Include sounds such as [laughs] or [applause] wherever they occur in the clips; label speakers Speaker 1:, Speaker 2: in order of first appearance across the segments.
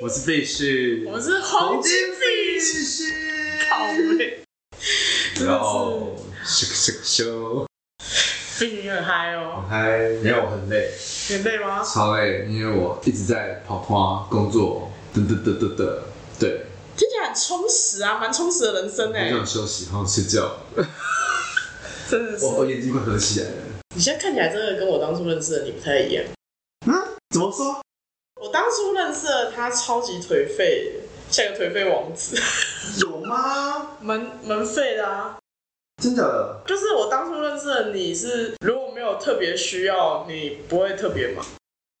Speaker 1: 我是贝氏，
Speaker 2: 我是黄金
Speaker 1: 贝
Speaker 2: fish，
Speaker 1: 氏，
Speaker 2: 靠背，真的
Speaker 1: 然后
Speaker 2: 是
Speaker 1: 咻咻咻，
Speaker 2: 飞行很嗨哦，
Speaker 1: 嗨，没有很累，
Speaker 2: 你累吗？
Speaker 1: 超累，因为我一直在跑趴工作，噔噔噔噔噔，对，
Speaker 2: 听起来很充实啊，蛮充实的人生
Speaker 1: 很
Speaker 2: 哎，
Speaker 1: 想休息，好想睡觉，
Speaker 2: 真的是
Speaker 1: 我。我眼睛快合起来了。
Speaker 2: 你现在看起来真的跟我当初认识的你不太一样。
Speaker 1: 啊怎么说？
Speaker 2: 我当初认识的他超级颓废的，像个颓废王子，
Speaker 1: 有吗？
Speaker 2: 啊蛮蛮废的啊。
Speaker 1: 真的？
Speaker 2: 就是我当初认识的你是，如果没有特别需要，你不会特别忙。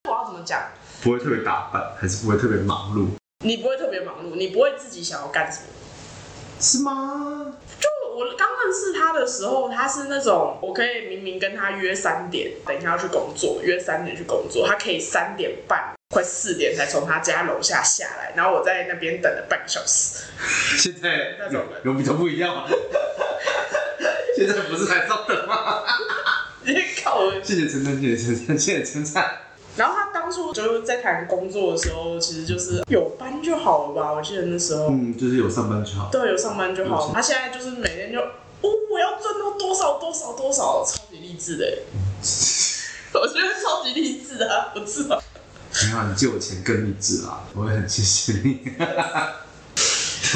Speaker 2: 我要怎么讲？
Speaker 1: 不会特别打扮，还是不会特别忙碌，
Speaker 2: 你不会特别忙碌，你不会自己想要干什么。
Speaker 1: 是吗？
Speaker 2: 就我刚认识他的时候，他是那种我可以明明跟他约三点，等一下要去工作，约三点去工作，他可以三点半快四点才从他家楼下下来，然后我在那边等了半个小时。 [laughs]
Speaker 1: 现在
Speaker 2: 那种人
Speaker 1: 有比较不一样吗？ [laughs] 现在不是还是要等吗？
Speaker 2: 你靠我
Speaker 1: 谢谢陈晨，谢谢陈晨，谢谢陈晨。
Speaker 2: 然后他当初就是在谈工作的时候，其实就是有班就好了吧？我记得那时候，
Speaker 1: 嗯，就是有上班就好。
Speaker 2: 对，有上班就好
Speaker 1: 嗯。
Speaker 2: 他现在就是每天就，哦，我要赚到多少多少多少，超级励志的欸。 [laughs] 我觉得超级励志的啊，不是 [laughs] 吗？
Speaker 1: 没有，你借我钱更励志啊！我会很谢谢你。 [laughs]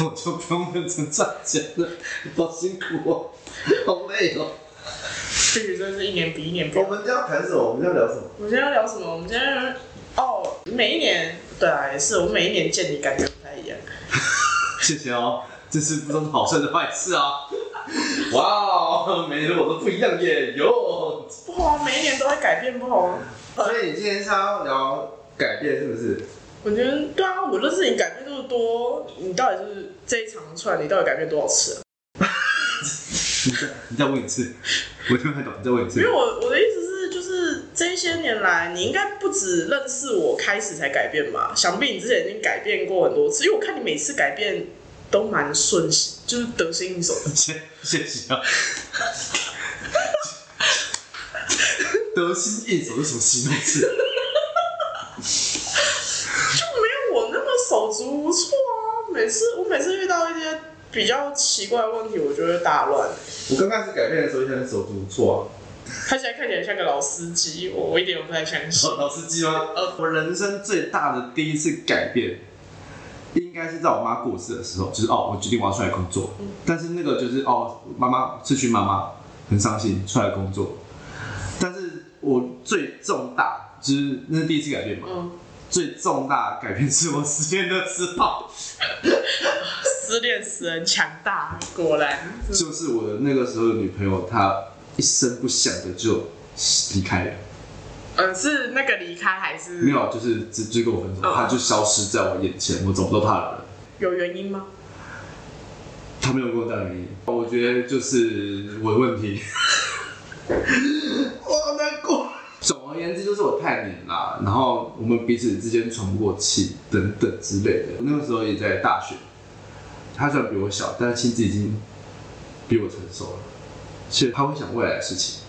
Speaker 1: 我就不用认真赚钱了，好辛苦哦，好累哦。
Speaker 2: 这个真是一年比一年
Speaker 3: 我
Speaker 2: 彪。
Speaker 3: 们今天要谈什哦么？我们今天要聊什么？
Speaker 2: 我们今天要聊什么？我们今天要哦，每一年对啊，也是我每一年见你感觉不太一样。
Speaker 1: 谢谢哦，这是不知道是好事还是坏事啊！哇哦，每年我都不一样耶，哟。
Speaker 2: 不好啊，每一年都在改变，不好啊。
Speaker 3: 所以你今天是要聊改变，是不是？
Speaker 2: 我觉得对啊，我认识你改变这么多，你到底是这一长串，你到底改变多少次啊？
Speaker 1: 你再你再问一次，我听不太懂，你再问一次
Speaker 2: 因为。我我的意思是，就是这些年来，你应该不止认识我开始才改变吧？想必你之前已经改变过很多次，因为我看你每次改变都蛮顺心，就是得心应手的。
Speaker 1: 谢谢谢啊。得心应手是什么形容词？
Speaker 2: 就没有我那么手足无措啊！每次我每次遇到一些比较奇怪的问题，我就会大乱。
Speaker 3: 我刚开始改变的时候，现在手足无措啊。
Speaker 2: 他现在看起来像个老司机，我我一点都不太相信。
Speaker 1: 老司机吗？
Speaker 2: 呃
Speaker 1: 我人生最大的第一次改变，应该是在我妈过世的时候，就是哦，我决定我要出来工作。但是那个就是哦，妈妈失去妈妈，很伤心，出来工作。但是我最重大就是那是第一次改变嘛，
Speaker 2: 嗯，
Speaker 1: 最重大的改变是我失恋的时候。
Speaker 2: 失恋使人强大，果然。
Speaker 1: 就是我的那个时候的女朋友，她一声不响的就离开了，
Speaker 2: 嗯，是那个离开还是
Speaker 1: 没有，就是直直跟我分手，
Speaker 2: 嗯
Speaker 1: 她就消失在我眼前，我找不到她了。
Speaker 2: 有原因吗？
Speaker 1: 她没有跟我讲原因，我觉得就是我的问
Speaker 2: [laughs]
Speaker 1: 题，我好难过。总而言之，就是我太黏啦，然后我们彼此之间喘不过气等等之类的。那个时候也在大学，她虽然比我小，但是心智已经比我成熟了，所以她会想未来的事情。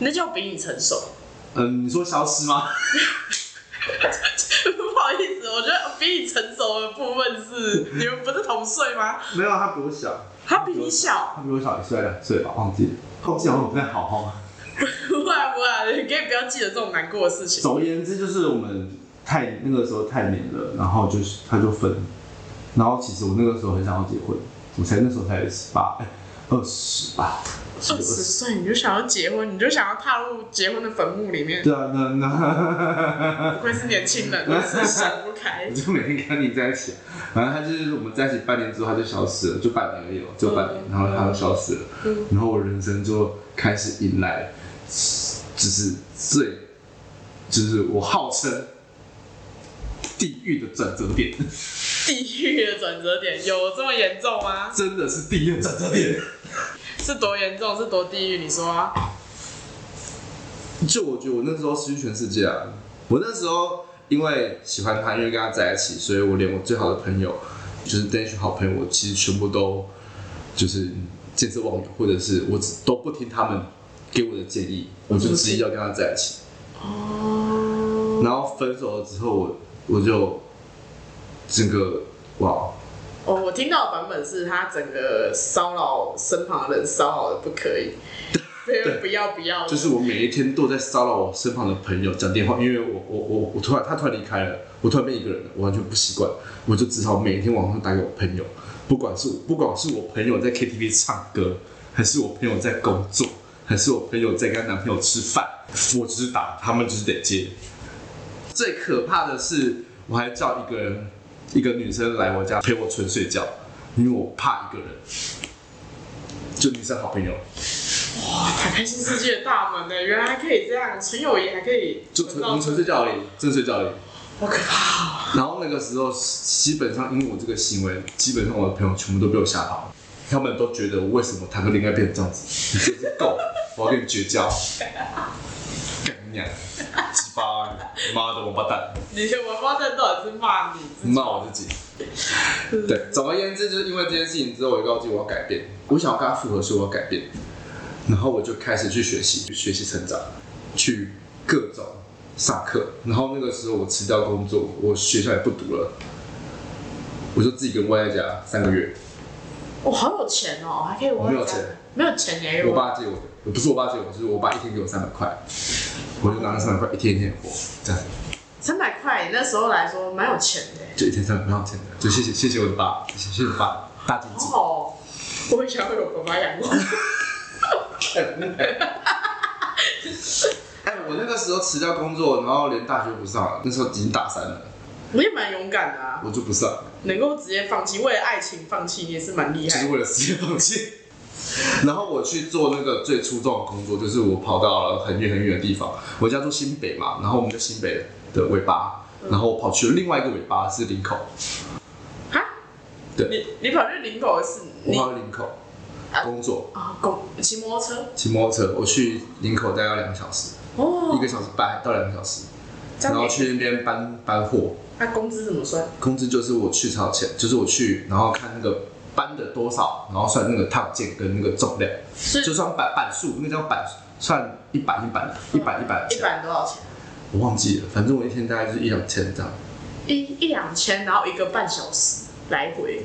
Speaker 2: 那就比你成熟。 [laughs]
Speaker 1: 嗯，你说消失吗？
Speaker 2: 不好意思，我觉得比你成熟的部分是你们不是同岁吗？
Speaker 3: 没有，他比我小，
Speaker 2: 他比你小，
Speaker 1: [laughs] 他比我小一岁，两岁吧，忘记了。忘记好像不太好哈。
Speaker 2: 不会啊不会啊，你可以不要记得这种难过的事情。
Speaker 1: 总而言之，就是我们太那个时候太黏了，然后就是他就分，然后其实我那个时候很想要结婚，我才那时候才十八，二十吧，
Speaker 2: 二十岁你就想要结婚，你就想要踏入结婚的坟墓里面，
Speaker 1: 对啊，那那 [laughs]
Speaker 2: 不愧是年轻人，真是想不开
Speaker 1: 我。就每天跟你在一起，反正他就是我们在一起半年之后他就消失了，就半年而已哦，就半年，然后他就消失了，然后我人生就开始迎来，就是最，就是我号称地狱的转折点，
Speaker 2: 地狱的转折点有这么严重吗？
Speaker 1: [laughs] 真的是地狱的转折点。
Speaker 2: 是多严重？是多地狱？你说啊？
Speaker 1: 就我觉得我那时候失去全世界啊！我那时候因为喜欢他，因为跟他在一起，所以我连我最好的朋友，就是那群好朋友，我其实全部都就是见色忘友，或者是我只都不听他们给我的建议，我就执意要跟他在一起。
Speaker 2: 哦，
Speaker 1: 然后分手了之后，我我就整个哇，
Speaker 2: 哦，我听到的版本是他整个骚扰身旁的人，骚扰的不可以， [laughs] 对，不要不要，
Speaker 1: 就是我每一天都在骚扰我身旁的朋友讲电话，因为我我我我突然他突然离开了，我突然变一个人了，我完全不习惯，我就只好每一天晚上打给我朋友，不管是不管是我朋友在 KTV 唱歌，还是我朋友在工作，还是我朋友在跟她男朋友吃饭，我就是打，他们就是得接。最可怕的是，我还叫一个人一个女生来我家陪我纯睡觉，因为我怕一个人，就女生好朋友。
Speaker 2: 打开新世界的大门呢，原来还可以这样，纯友谊还可以
Speaker 1: 就纯我们纯睡觉而已，真睡觉而已。
Speaker 2: 好可怕、哦！
Speaker 1: 然后那个时候，基本上因为我这个行为，基本上我的朋友全部都被我吓跑，他们都觉得我为什么谈个恋爱变成这样子，你真是够了， [laughs] 我要跟你绝交。干你娘，鸡巴啊，你妈的王八蛋，
Speaker 2: 你的王八蛋到底是骂你自己？
Speaker 1: 骂我自己。对，总而言之，就是因为这件事情之后，我就告诉自己我要改变，我想要跟他复合，所以我要改变。然后我就开始去学习，学习成长，去各种上课。然后那个时候我辞掉工作，我学校也不读了，我就自己跟窝在家三个月。
Speaker 2: 我、好有钱哦，还可以
Speaker 1: 我
Speaker 2: 我
Speaker 1: 没有钱，
Speaker 2: 没有钱也有
Speaker 1: 我爸借我的，不是我爸借我，就是我爸一天给我三百块，我就拿那三百块一天一天活，这样
Speaker 2: 三百块，那时候来说蛮有钱的耶。
Speaker 1: 就一天三百蛮好钱的，就谢谢谢谢我的爸，谢谢谢谢爸，大金
Speaker 2: 好
Speaker 1: 主。
Speaker 2: 好哦，我也想要有爸爸养
Speaker 1: [laughs]
Speaker 2: 我。
Speaker 1: 哎，我那个时候辞掉工作，然后连大学都不上了，那时候已经大三了，
Speaker 2: 你也蛮勇敢的啊，
Speaker 1: 我就不上了。
Speaker 2: 能够直接放弃，为了爱情放弃，你也是蛮厉
Speaker 1: 就
Speaker 2: 害
Speaker 1: 是
Speaker 2: 的。
Speaker 1: 为了事业放弃。然后我去做那个最初重的工作，就是我跑到了很远很远的地方，我家住新北嘛，然后我们就新北的尾巴，然后我跑去了另外一个尾巴是林口，
Speaker 2: 哈？
Speaker 1: 对
Speaker 2: 你你跑去林口的是
Speaker 1: 我
Speaker 2: 你
Speaker 1: 跑去林口工作，
Speaker 2: 啊，公骑摩托车
Speaker 1: 骑摩托车，我去林口大概要两个小时，一
Speaker 2: 哦，
Speaker 1: 个小时半到两个小时，
Speaker 2: 这
Speaker 1: 然
Speaker 2: 样
Speaker 1: 后
Speaker 2: 也
Speaker 1: 去那边搬搬货，
Speaker 2: 那工资怎么算？
Speaker 1: 工资就是我去超前，就是我去然后看那个搬的多少，然后算那个趟件跟那个重量。
Speaker 2: 是
Speaker 1: 就算板板数，那叫板数，算一板一板的，一板一板
Speaker 2: 一
Speaker 1: 的钱，
Speaker 2: 百多少钱？
Speaker 1: 我忘记了，反正我一天大概就是一两千这样，
Speaker 2: 一一两千，然后一个半小时来回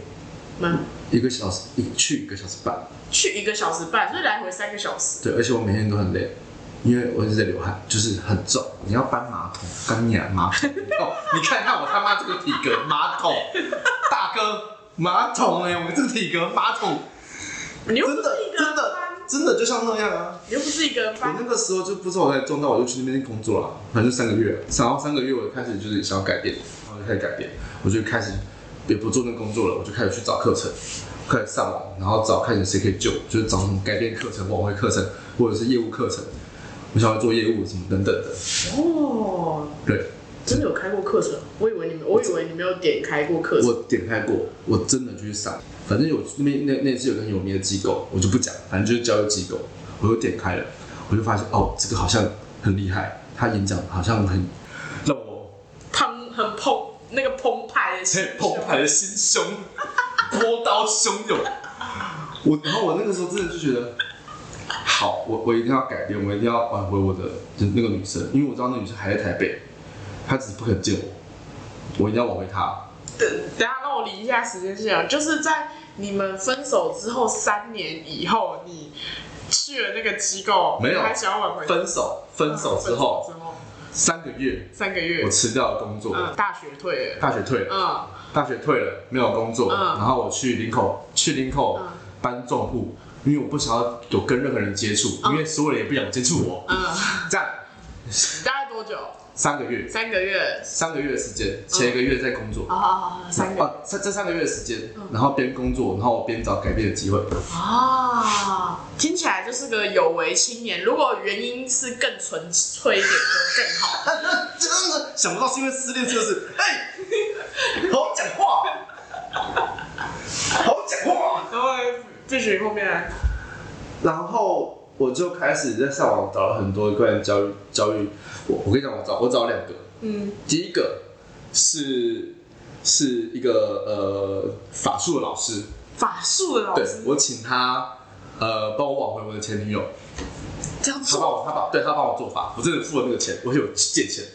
Speaker 2: 吗？
Speaker 1: 一个小时一去一个小时半，
Speaker 2: 去一个小时半，所以来回三个小时。
Speaker 1: 对，而且我每天都很累，因为我一直在流汗，就是很重，你要搬马桶，干你啊马
Speaker 2: [laughs]
Speaker 1: 桶，哦，你看看我他妈这个体格，马桶，大哥，马桶哎、我这个体格，马桶，
Speaker 2: 你又不是
Speaker 1: 真的
Speaker 2: 一个
Speaker 1: 真
Speaker 2: 人
Speaker 1: 的
Speaker 2: 搬，
Speaker 1: 真的就像那样啊。
Speaker 2: 你又不是一个人
Speaker 1: 我
Speaker 2: 搬
Speaker 1: 那，个时候就不知道我在重到，我就去那边工作了，反正就三个月，然后三个月我就开始就是想要改变，然后就开始改变，我就开始也不做那工作了，我就开始去找课程，开始上网，然后找看有谁可以救，就是找什么改变课程、挽回课程，或者是业务课程，我想要做业务什么等等的，
Speaker 2: 哦，
Speaker 1: 对
Speaker 2: 真的有开过课程？我以为你们，我以为你没有点开过课程。
Speaker 1: 我点开过，我真的就去上，反正有那边那那次有个很有名的机构，我就不讲，反正就是教育机构，我就点开了，我就发现哦，这个好像很厉害，他演讲好像很让我。
Speaker 2: 砰，很澎，那个 [laughs] 澎湃的心
Speaker 1: 在，澎湃的心胸， [laughs] 波涛汹涌。我，然后我那个时候真的就觉得，好，我我一定要改变，我一定要挽回我的就是那个女生，因为我知道那女生还在台北，她只是不肯见我，我一定要挽回她。
Speaker 2: 等等下让我理一下时间线啊，就是在你们分手之后三年以后，你去了那个机构，
Speaker 1: 没有
Speaker 2: 你还想要挽回？
Speaker 1: 分手，分手之后
Speaker 2: 嗯分手之后
Speaker 1: 三个月，
Speaker 2: 三个月
Speaker 1: 我，辞掉了工作，
Speaker 2: 嗯，大学退了，
Speaker 1: 大学退了，
Speaker 2: 嗯，
Speaker 1: 大学退了没有工作，
Speaker 2: 嗯
Speaker 1: 然后我去林口，去林口
Speaker 2: 嗯
Speaker 1: 搬重户，因为我不想要有跟任何人接触，因为所有人也不想接触我。
Speaker 2: 嗯，
Speaker 1: 这样
Speaker 2: 大概多久？
Speaker 1: 三个月，
Speaker 2: 三个月。
Speaker 1: 三个月的时间，前一个月在工作，
Speaker 2: 啊好好好，三个
Speaker 1: 哦，这这三个月的时间，然后边工作，然后边找改变的机会。 [laughs]
Speaker 2: 啊，听起来就是个有为青年。如果原因是更纯粹一点，就更好。
Speaker 1: 那那这样子想不到是因为失恋，是不是？ [laughs] 哎，好好讲话，好好讲话。
Speaker 2: 然后必须后面来，
Speaker 1: 然后我就开始在上网找了很多关于教育教育，我我跟你讲，我找我找了两个，
Speaker 2: 嗯，
Speaker 1: 第一个是是一个呃法术的老师，
Speaker 2: 法术的老
Speaker 1: 对
Speaker 2: 师
Speaker 1: 我请他呃帮我挽回我的前女友。
Speaker 2: 这样
Speaker 1: 他帮
Speaker 2: 做，
Speaker 1: 我，他帮对他帮我做法，我真的付了那个钱，我有借钱。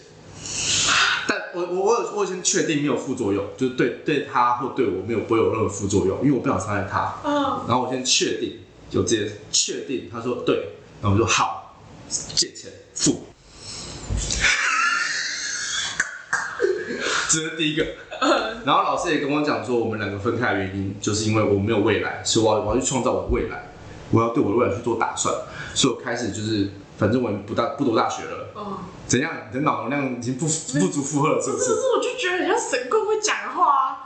Speaker 1: 但我我我有我已经确定没有副作用，就是对对他或对我没有不会有任何副作用，因为我不想伤害他。
Speaker 2: 嗯，
Speaker 1: 然后我先确定，就直接确定，他说对，然后我就好，借钱付。 [laughs] 这是第一个。然后老师也跟我讲说，我们两个分开的原因，就是因为我没有未来，所以我要我要去创造我的未来，我要对我的未来去做打算，所以我开始就是，反正我也不大不读大学了，
Speaker 2: 哦，
Speaker 1: 怎样？你的脑容量已经不不足负荷了，是不
Speaker 2: 这
Speaker 1: 是？
Speaker 2: 是我就觉得很像神棍会讲话啊。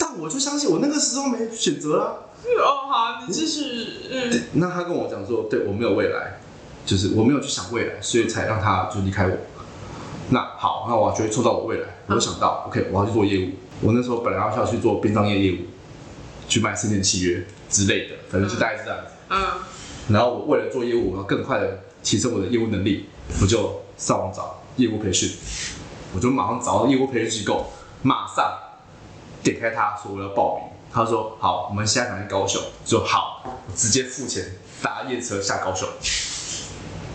Speaker 1: 但我就相信我那个时候没选择啊。
Speaker 2: 哦，好，你继续，嗯，
Speaker 1: 那他跟我讲说，对我没有未来，就是我没有去想未来，所以才让他就离开我。那好，那我要去创造我未来。我就想到、o k 我要去做业务。我那时候本来要要去做殡葬业业务，去卖生前契约之类的，反正就大概是这样子。
Speaker 2: 嗯，
Speaker 1: 然后我为了做业务，我要更快的提升我的业务能力，我就上网找业务培训，我就马上找到业务培训机构，马上点开他说我要报名，他说好，我们现在想去高雄，就好，我直接付钱搭夜车下高雄，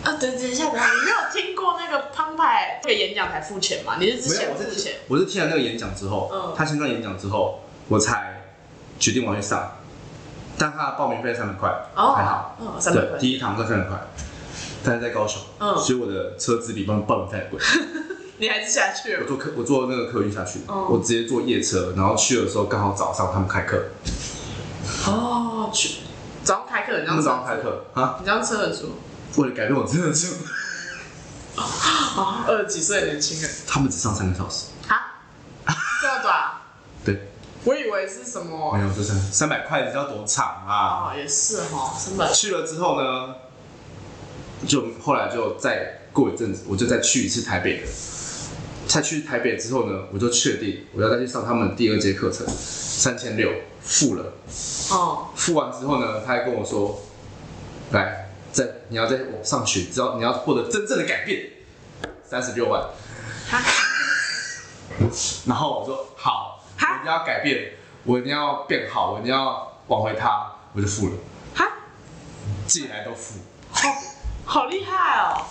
Speaker 2: 啊，等等一下，等一下，你没有听过那个潘派那个演讲才付钱吗？你是之
Speaker 1: 没有，
Speaker 2: 前
Speaker 1: 我
Speaker 2: 付
Speaker 1: 是听
Speaker 2: 钱？
Speaker 1: 我是听了那个演讲之后，
Speaker 2: 嗯
Speaker 1: 他线上演讲之后，我才决定我要去上，但他的报名费三百块，
Speaker 2: 哦，
Speaker 1: 还好，，
Speaker 2: 嗯，三百
Speaker 1: 对，
Speaker 2: 块，
Speaker 1: 第一堂课三百块，但是在高雄，
Speaker 2: 嗯
Speaker 1: 所以我的车资比报报名费还贵。
Speaker 2: 你还是下去
Speaker 1: 我
Speaker 2: 了。
Speaker 1: 坐客，我坐那个客运下去，
Speaker 2: 哦
Speaker 1: 我直接坐夜车，然后去的时候刚好早上他们开课，
Speaker 2: 哦，去早上开课，你这
Speaker 1: 他
Speaker 2: 样
Speaker 1: 们
Speaker 2: 车
Speaker 1: 早上开课啊，
Speaker 2: 你这样车很熟。
Speaker 1: 为了改变我真的是，
Speaker 2: 啊，二十几岁的年轻人，
Speaker 1: 他们只上三个小时，
Speaker 2: 哈，这么短？
Speaker 1: 对，哎
Speaker 2: 我以为是什么
Speaker 1: 没有，就是三百块，你知道多长
Speaker 2: 哦，
Speaker 1: 啊？
Speaker 2: 也是哈，成本
Speaker 1: 去了之后呢，就后来就再过一阵子，我就再去一次台北的。再去台北之后呢，我就确定我要再去上他们的第二节课程，三千六付了。
Speaker 2: 哦，
Speaker 1: 付完之后呢，他还跟我说，来，再你要再往上学，只要你要获得真正的改变，三十六万。
Speaker 2: 哈，
Speaker 1: 然后我说好，
Speaker 2: 哈
Speaker 1: 我一定要改变，我一定要变好，我一定要挽回他，我就付了，
Speaker 2: 哈，
Speaker 1: 寄来都付。
Speaker 2: 好，哦好厉害哦！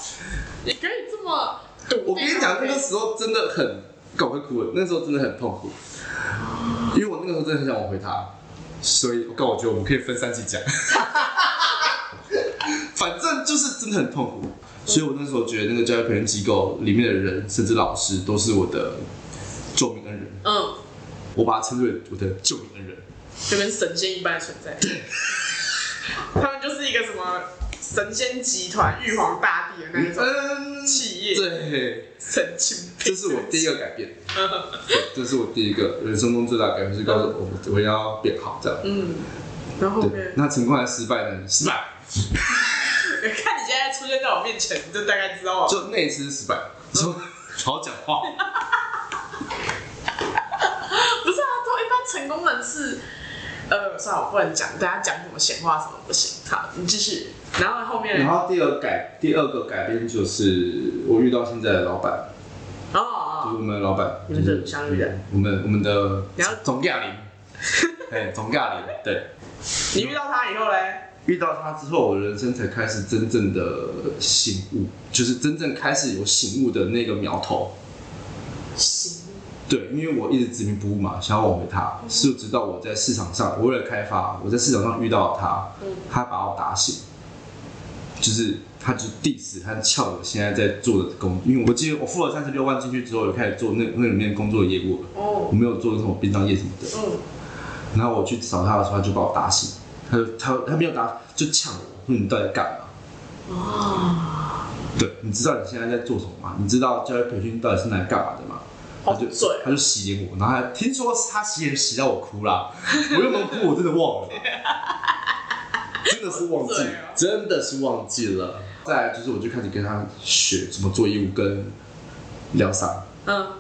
Speaker 2: 你可以这么笃定？
Speaker 1: 我跟你讲，那个时候真的很搞会哭了，那时候真的很痛苦，因为我那个时候真的很想挽回他，所以我告我觉得我们可以分三期讲， [laughs] 反正就是真的很痛苦，所以我那时候觉得那个教育培训机构里面的人，甚至老师都是我的救命恩人，
Speaker 2: 嗯，
Speaker 1: 我把他称之为我的救命恩人。
Speaker 2: 就跟神仙一般的存
Speaker 1: [laughs]
Speaker 2: 在，他们就是一个什么神仙集团、玉皇大帝的那一
Speaker 1: [laughs]
Speaker 2: 种
Speaker 1: 嗯，
Speaker 2: 企业，
Speaker 1: 对，
Speaker 2: 神经病。
Speaker 1: 这是我第一个改
Speaker 2: [laughs]
Speaker 1: 变，
Speaker 2: 嗯
Speaker 1: 对这是我第一个人生中最大的改变，是告诉我我要变好这样。
Speaker 2: 嗯，然后后
Speaker 1: 对
Speaker 2: 面，，
Speaker 1: 那成功还是失败呢？失败，
Speaker 2: 哦 [laughs] 看你现在出现在我面前，你就大概知道我。
Speaker 1: 就那一次失败。
Speaker 2: 嗯
Speaker 1: 说好好讲话，
Speaker 2: 不是啊，都一般成功人士，呃，算了，我不能讲，大家讲什么闲话什么不行。好，你继续。然后后面
Speaker 1: 然，后第二改第二个改变就是我遇到现在的老板，
Speaker 2: 哦
Speaker 1: 就是
Speaker 2: 哦，
Speaker 1: 我们的老板，
Speaker 2: 你们的相遇的
Speaker 1: 我们我们的
Speaker 2: 你要
Speaker 1: 总亚林，哎，总亚林，对，
Speaker 2: 你遇到他以后嘞，
Speaker 1: 遇到他之后，我人生才开始真正的醒悟，就是真正开始有醒悟的那个苗头。
Speaker 2: 行，
Speaker 1: 对，因为我一直执迷不悟嘛，想要挽回他，是直到我在市场上，我为了开发，我在市场上遇到他
Speaker 2: 嗯，
Speaker 1: 他把我打醒，就是他就 diss，他撬我现在在做的工，因为我记得我付了三十六万进去之后，有开始做那那里面工作的业务了，我
Speaker 2: 哦，
Speaker 1: 没有做什么殡葬业什么的，
Speaker 2: 嗯，
Speaker 1: 然后我去找他的时候，他就把我打醒，他就他他没有打，就呛我说你到底在干嘛？
Speaker 2: 哦，
Speaker 1: 对，你知道你现在在做什么吗？你知道教育培训到底是拿来干嘛的吗？他
Speaker 2: 好
Speaker 1: 就
Speaker 2: 醉
Speaker 1: 他就洗脸我，然后他听说是他洗脸洗到我哭啦，我有没有哭我真的忘了，真的是忘记
Speaker 2: 好醉哦，
Speaker 1: 真的是忘记了。再来就是我就开始跟他学怎么做业务跟疗伤，
Speaker 2: 嗯，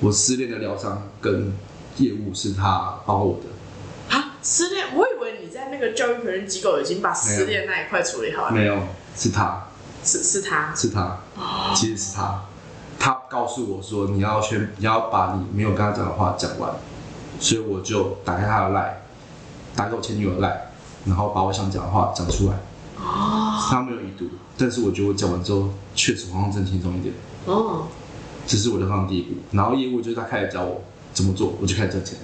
Speaker 1: 我失恋的疗伤跟业务是他帮我的，
Speaker 2: 啊，失恋，我以为你在那个教育培训机构已经把失恋那一块处理好了，
Speaker 1: 没有是他
Speaker 2: 是是他，
Speaker 1: 是他，其实是他，他告诉我说你要先你要把你没有跟他讲的话讲完，所以我就打开他的赖，打给我前女友的赖，然后把我想讲的话讲出来。
Speaker 2: 哦，
Speaker 1: 他没有已读，但是我觉得我讲完之后确实好像真轻松一点，
Speaker 2: 哦，
Speaker 1: 只是我就放第一步，然后业务就是他开始教我怎么做，我就开始赚钱。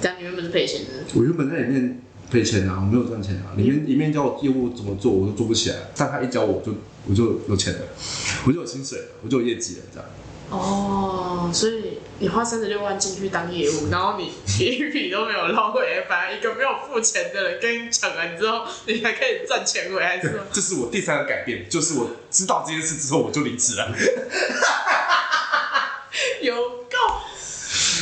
Speaker 2: 这样你原本是赔钱的，
Speaker 1: 我原本在里面赔钱啊，我没有赚钱啊，里面里面教我业务怎么做，我都做不起来，但他一教我就我就有钱了，我就有薪水了，我就有业绩了，这样。
Speaker 2: 哦，所以你花三十六万进去当业务，然后你一笔都没有捞回来， [laughs] 反而一个没有付钱的人跟你抢完之后，你还可以赚钱回来，是吗？
Speaker 1: 这是我第三个改变，就是我知道这件事之后我就离职了。
Speaker 2: 有够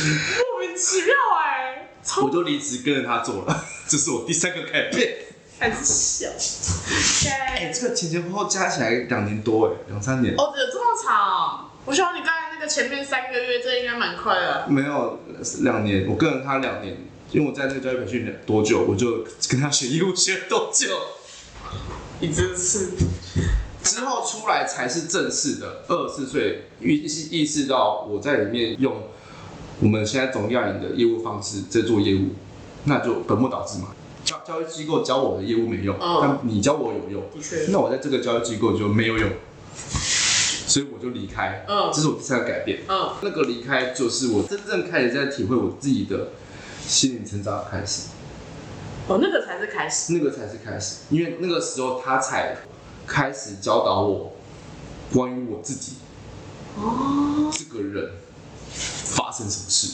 Speaker 2: 莫名其妙哎、
Speaker 1: 我就离职跟着他做了，这是我第三个改变。
Speaker 2: 还是小，
Speaker 1: [laughs] 哎、
Speaker 2: 该
Speaker 1: 这个前前后后加起来两年多哎、两三年。
Speaker 2: 哦，有这么长？我想你刚才那个前面三个月，这应该蛮快的。
Speaker 1: 没有两年，我跟了他两年，因为我在那个教育培训了多久，我就跟他学业务学了多久，
Speaker 2: 你真是
Speaker 1: 之后出来才是正式的。二十四岁意意识到我在里面用我们现在总要营的业务方式在做业务，那就本末倒置嘛。哦教教育机构教我的业务没用，
Speaker 2: 嗯
Speaker 1: 但你教我有用，
Speaker 2: 的确
Speaker 1: 那我在这个教育机构就没有用，所以我就离开。
Speaker 2: 嗯
Speaker 1: 这是我第三个改变。
Speaker 2: 嗯，
Speaker 1: 那个离开就是我真正开始在体会我自己的心灵成长的开始，
Speaker 2: 哦，那个才是开始。
Speaker 1: 那个才是开始，因为那个时候他才开始教导我关于我自己
Speaker 2: 哦，
Speaker 1: 这个人发生什么事。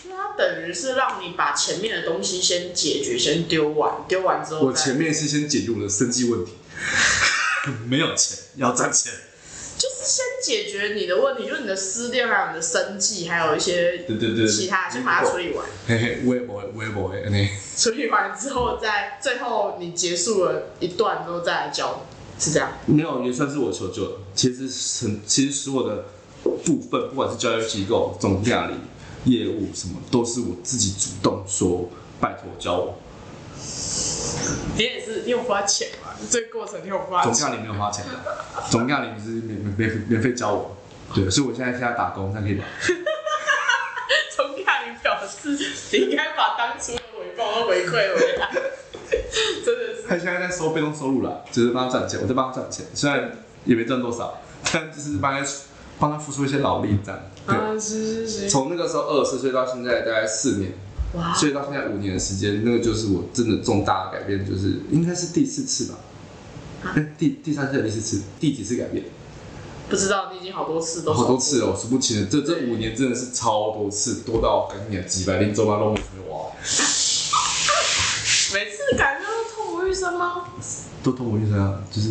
Speaker 2: 所以它等于是让你把前面的东西先解决，先丢完，丢完之后
Speaker 1: 我
Speaker 2: 再
Speaker 1: 前面是先解决我的生计问题， [laughs] 没有钱要赚钱，
Speaker 2: 就是先解决你的问题，就是你的失恋，还有你的生计，还有一些
Speaker 1: 对对对，
Speaker 2: 其他，先把它处理完。
Speaker 1: 嘿嘿，我也不会，我也不会，你
Speaker 2: 处理完之后，再最后你结束了一段之后再来教，是这样。
Speaker 1: 没有也算是我求救了。其实很，其实所有的部分，不管是教育机构、总价理、业务什么，都是我自己主动说拜托教我。
Speaker 2: 你也是，你有花钱吗？这个过程你有花
Speaker 1: 总
Speaker 2: 钱？
Speaker 1: 价理没有花钱的，总价理是免免免免费教我。对，所以我现在现在打工，才可以吧？
Speaker 2: 从看你表示，你应该把当初的回报都回馈回
Speaker 1: [laughs]
Speaker 2: 来，真的是。
Speaker 1: 他现在在收被动收入了，只是帮他赚钱，我在帮他赚钱，虽然也没赚多少，但就是帮他帮他付出一些劳力这样。对，
Speaker 2: 啊，是是是，
Speaker 1: 从那个时候二十岁到现在大概四年，
Speaker 2: 哇，
Speaker 1: 所以到现在五年的时间，那个就是我真的重大的改变，就是应该是第四次吧，
Speaker 2: 啊
Speaker 1: 哎、第第三次、第四次、第几次改变？
Speaker 2: 不知道你已经好多次都
Speaker 1: 好多次哦，数不清了。这这五年真的是超多次，多到感觉几百零周八弄哇，
Speaker 2: 每次感觉都痛不欲生吗？
Speaker 1: 都痛我一生啊，就是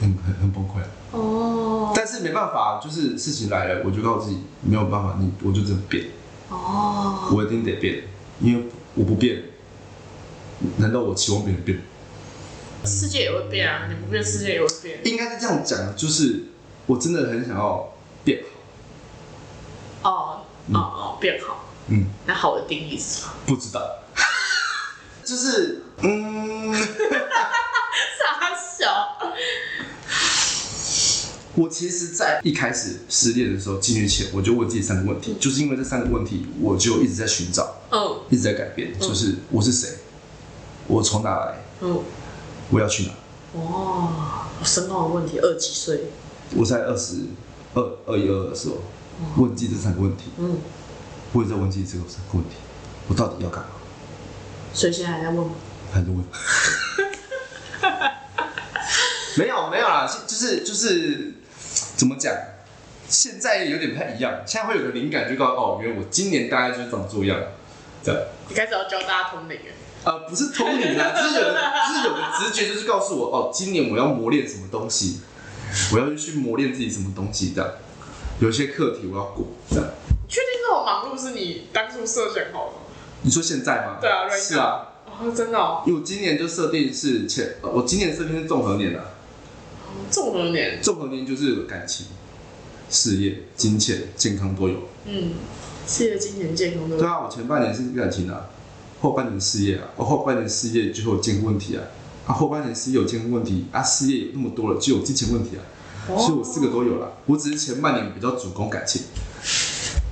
Speaker 1: 很很很崩溃啊。
Speaker 2: 哦
Speaker 1: 但是没办法，就是事情来了，我就告诉自己没有办法，你我就只能变，
Speaker 2: 哦，
Speaker 1: 我一定得变，因为我不变，难道我期望别人变吗？
Speaker 2: 世界也会变啊，你不变，世界也会变。
Speaker 1: 应该是这样讲，就是我真的很想要变好。
Speaker 2: 哦哦哦，变好。
Speaker 1: 嗯，
Speaker 2: 那好的定义是什么？
Speaker 1: 不知道， [laughs] 就是嗯，
Speaker 2: 傻小。
Speaker 1: 我其实，在一开始失恋的时候，进去前我就问自己三个问题，就是因为这三个问题，我就一直在寻找，
Speaker 2: 嗯
Speaker 1: 一直在改变，就是我是谁，我从哪来，
Speaker 2: 嗯，
Speaker 1: 我要去哪。
Speaker 2: 哦，深奥的问题，二几岁？
Speaker 1: 我在二十二二一二的时候，问自己这三个问题，
Speaker 2: 嗯，
Speaker 1: 我也在问自己这个三个问题，我到底要干嘛？
Speaker 2: 所以现在还在问吗？
Speaker 1: 很多。 [laughs] 没有没有啦，是就是就是怎么讲？现在有点不太一样，现在会有个灵感，就告诉哦，原来我今年大概就是长这样，这样。
Speaker 2: 你开始要教大家通灵了。
Speaker 1: 呃，不是通灵啊，就是有的，就是有的直觉就是告诉我，哦，今年我要磨练什么东西，我要去磨练自己什么东西，这样。有一些课题我要过，这样。
Speaker 2: 你确定这种忙碌是你当初设想好的吗？
Speaker 1: 你说现在吗？
Speaker 2: 对啊，right now
Speaker 1: 是啊，
Speaker 2: 哦，真的哦，
Speaker 1: 因为我今年就设定是前，呃我今年设定是综合年啊。
Speaker 2: 这么多年，
Speaker 1: 综合年就是感情、事业、金钱、健康都有。
Speaker 2: 嗯，事业、金钱、健康都
Speaker 1: 对啊，我前半年是感情啊，后半年事业啊，我后半年事业就有健康问题啊，啊后半年事业有健康问题啊，事业有那么多了，就有金钱问题啊，
Speaker 2: 哦
Speaker 1: 所以我四个都有了。我只是前半年比较主攻感情，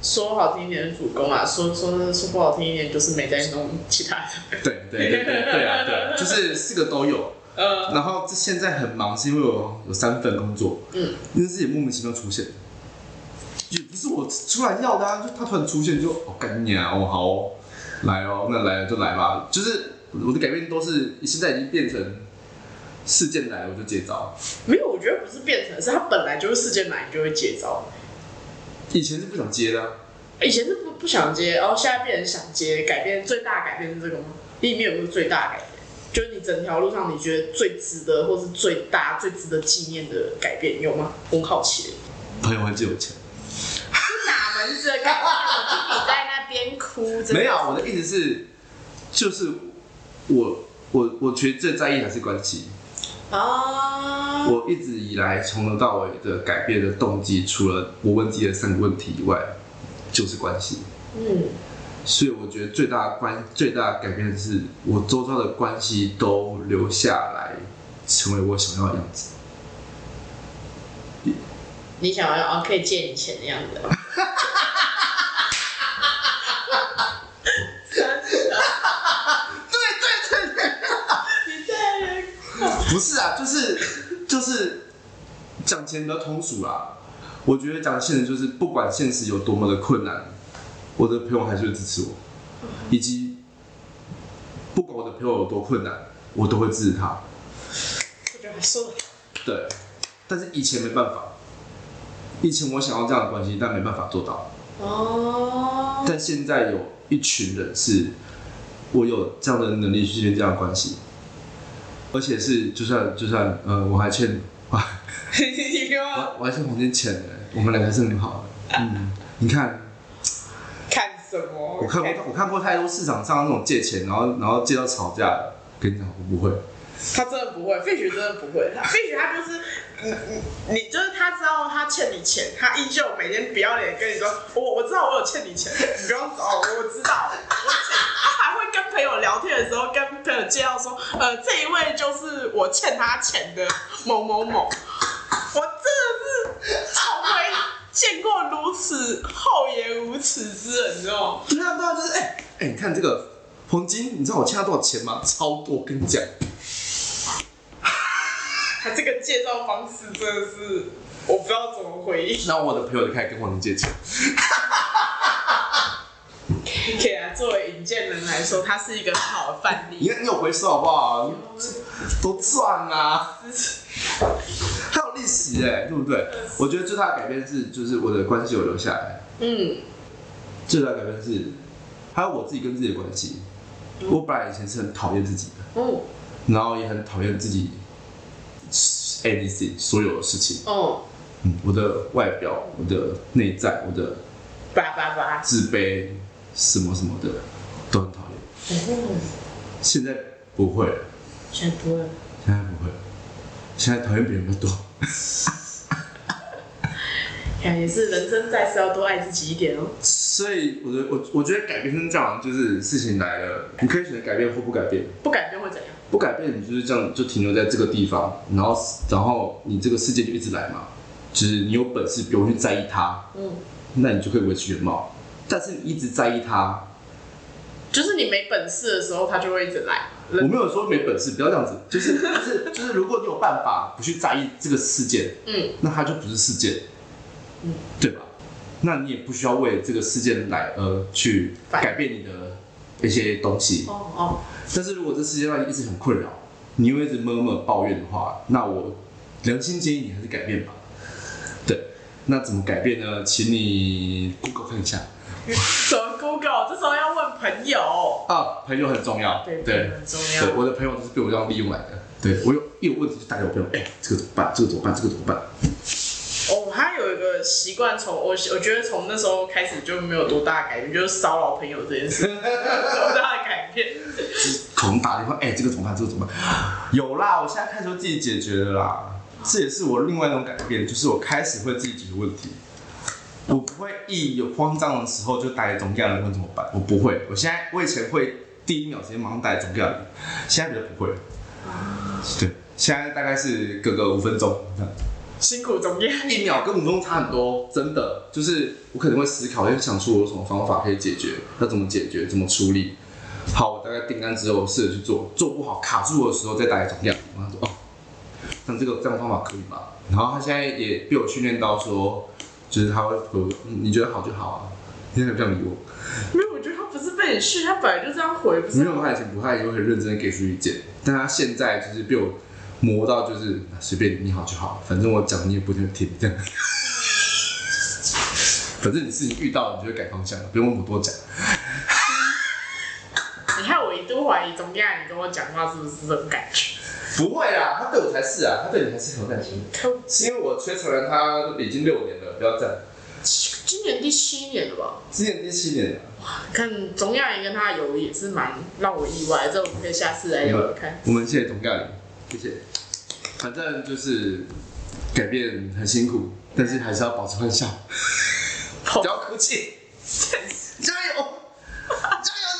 Speaker 2: 说好听一点是主攻啊，说说说不好听一点就是没在弄其他的。
Speaker 1: 对对对对对啊对啊，就是四个都有。
Speaker 2: 呃，
Speaker 1: 然后这现在很忙，是因为我有三份工作，
Speaker 2: 嗯，
Speaker 1: 那是也莫名其妙出现的。也不是我突然要的啊，就他突然出现就哦干你啊，哦好哦来哦，那来了就来吧，就是我的改变都是现在已经变成事件来我就接招，
Speaker 2: 没有，我觉得不是变成，是他本来就是事件来你就会接招。
Speaker 1: 以前是不想接的啊、
Speaker 2: 以前是不不想接，哦然后现在变成想接，改变最大的改变是这个吗？你里面有没有最大的改变？就是你整条路上你觉得最值得，或是最大、最值得纪念的改变有吗？我很好奇。
Speaker 1: 朋友还借我钱，
Speaker 4: 哪门子的感觉？我就你在那边哭，真的
Speaker 1: 没有，啊我的意思是，就是我我我觉得最在意还是关系，
Speaker 4: 啊，
Speaker 1: 我一直以来从头到尾的改变的动机，除了我问自己的三个问题以外，就是关系。
Speaker 4: 嗯，
Speaker 1: 所以我觉得最大的关最大的改变是我周遭的关系都留下来，成为我想要的样子。
Speaker 4: 你想要
Speaker 2: 哦
Speaker 4: 啊，可以借你钱那样 [laughs] 子吗？
Speaker 2: 你在
Speaker 1: 不是啊，就是就是讲钱比较通俗啦。我觉得讲现实就是，不管现实有多么的困难，我的朋友还是会支持我，以及不管我的朋友有多困难，我都会支持他。
Speaker 2: 我觉得还说的
Speaker 1: 对，但是以前没办法，以前我想要这样的关系，但没办法做到。
Speaker 4: 哦，
Speaker 1: 但现在有一群人是，我有这样的能力去建立这样的关系，而且是就算就算呃我还欠 [laughs] 我还
Speaker 2: 你给我
Speaker 1: 我还欠黄金钱呢，我们两个还是很好的。嗯，你看
Speaker 2: 看什么？哎
Speaker 1: 我看过我看过太多市场上那种借钱，然后然后借到吵架的，跟你讲我不会。
Speaker 2: 他真的不会，Fish 真的不会。他 Fish 他就是，你你你就是他知道他欠你钱，他依旧每天不要脸跟你说，我我知道我有欠你钱， [laughs] 你不用找我，我知道，我欠。他还会跟朋友聊天的时候，跟朋友介绍说，呃，这一位就是我欠他钱的某某某。我真的是从未见过如此厚颜无耻之人，你知道吗？
Speaker 1: 对啊对啊，就是哎哎、你看这个黄金，你知道我欠他多少钱吗？超多，跟你讲。
Speaker 2: 他这个介绍方式真的是，我不知道怎么回应。
Speaker 1: 然后我的朋友就开始跟黄金借钱。
Speaker 2: 对啊，作为引荐人来说，他是一个很好的范
Speaker 1: 你
Speaker 2: 例。
Speaker 1: 看你有回收好不好？都赚啦、还有利息哎、对不对？我觉得最大的改变是，就是我的关系有留下来。
Speaker 2: 嗯，
Speaker 1: 最大的改变是，还有我自己跟自己的关系。我本来以前是很讨厌自己的，
Speaker 2: 哦
Speaker 4: 嗯，
Speaker 1: 然后也很讨厌自己 anything 所有的事情。
Speaker 4: 哦，
Speaker 1: 嗯，我的外表、我的内在、我的
Speaker 2: 叭叭叭，
Speaker 1: 自卑什么什么的，都很讨厌。
Speaker 4: 哎
Speaker 1: 现在不会了。
Speaker 4: 现在不会，
Speaker 1: 现在不会，现在讨厌别人比较多。
Speaker 2: 哎呀也是人生在世要多爱自己一点哦。
Speaker 1: 所以我觉得我我觉得改变成这样，就是事情来了，你可以选择改变或不改变。
Speaker 2: 不改变会怎样？
Speaker 1: 不改变，你就是这样就停留在这个地方，然后然后你这个世界就一直来嘛。就是你有本事不用去在意它，
Speaker 4: 嗯，
Speaker 1: 那你就可以维持原貌。但是你一直在意它，
Speaker 2: 就是你没本事的时候，他就会一直来。
Speaker 1: 我没有说没本事，不要这样子。就是就是就是，如果你有办法不去在意这个事件，
Speaker 2: 嗯，
Speaker 1: 那它就不是事件，嗯，对吧？那你也不需要为这个事件来呃去
Speaker 2: 反
Speaker 1: 改变你的一些东西。
Speaker 4: 哦哦，
Speaker 1: 但是如果这世界上一直很困扰，你又一直闷闷抱怨的话，那我良心建议你还是改变吧。对，那怎么改变呢？请你 Google 看一下
Speaker 2: 什么 Google？这时候要问朋友。
Speaker 1: 啊，朋友很重要，
Speaker 2: 对，朋
Speaker 1: 对
Speaker 2: 友。很重
Speaker 1: 对，
Speaker 2: 要。
Speaker 1: 我的朋友就是被我这样利用来的。对我有一有问题就打给我朋友，哎、这个怎么办？这个怎么办？这个怎么办？
Speaker 2: 哦，他有一个习惯，从我我觉得从那时候开始就没有多大改变，就是骚扰朋友这件事，没有多大的改变。 [laughs]
Speaker 1: 孔打电话，哎、这个怎么办？这个怎么办？有啦，我现在开始会自己解决了啦。这也是我另外一种改变，就是我开始会自己解决问题。我不会一有慌张的时候就打给总家人问怎么办，我不会。我现在我以前会第一秒直接马上打给总家人，现在比较不会。对，现在大概是隔个五分钟这样。
Speaker 2: 辛苦总监，
Speaker 1: 一秒跟五分钟差很多，真的。就是我可能会思考，要想出我有什么方法可以解决，要怎么解决，怎么处理。好，我大概订单之后试着去做，做不好卡住我的时候再打给总量。我想说哦，那这个这样方法可以吗？然后他现在也被我训练到说，就是他会跟我说，嗯你觉得好就好啊，你怎么这样理我？
Speaker 2: 没有，我觉得他不是被你训，他本来就这样回，不是
Speaker 1: 没有，他以前不太也会很认真的给出意见，但他现在就是被我磨到，就是啊随便你好就好，反正我讲你也不一定听，这样。 [laughs] 反正你事情遇到了，你就会改方向了，不用我多讲。
Speaker 2: 你看我一度怀疑钟亚你跟我讲话是不是这种感觉？
Speaker 1: 不会啦，他对我才是啊，他对你才是很有耐心。
Speaker 2: 看
Speaker 1: 是因为我缺承认他已经六年了，不要这样。
Speaker 2: 今年第七年了吧？
Speaker 1: 今年第七年了，
Speaker 2: 看钟亚你跟他的友谊也是蛮让我意外，哎这我们可以下次来聊聊看。
Speaker 1: 我们谢谢董盖林，谢谢。反正就是改变很辛苦，但是还是要保持欢笑，不要
Speaker 2: [laughs]
Speaker 1: 哭泣，加油，加油，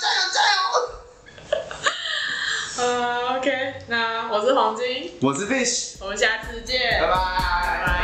Speaker 1: 加油，加油！
Speaker 2: 呃，OK，那我是黄金，
Speaker 1: 我是 Fish，
Speaker 2: 我们下次见，
Speaker 1: 拜拜
Speaker 2: 拜。拜。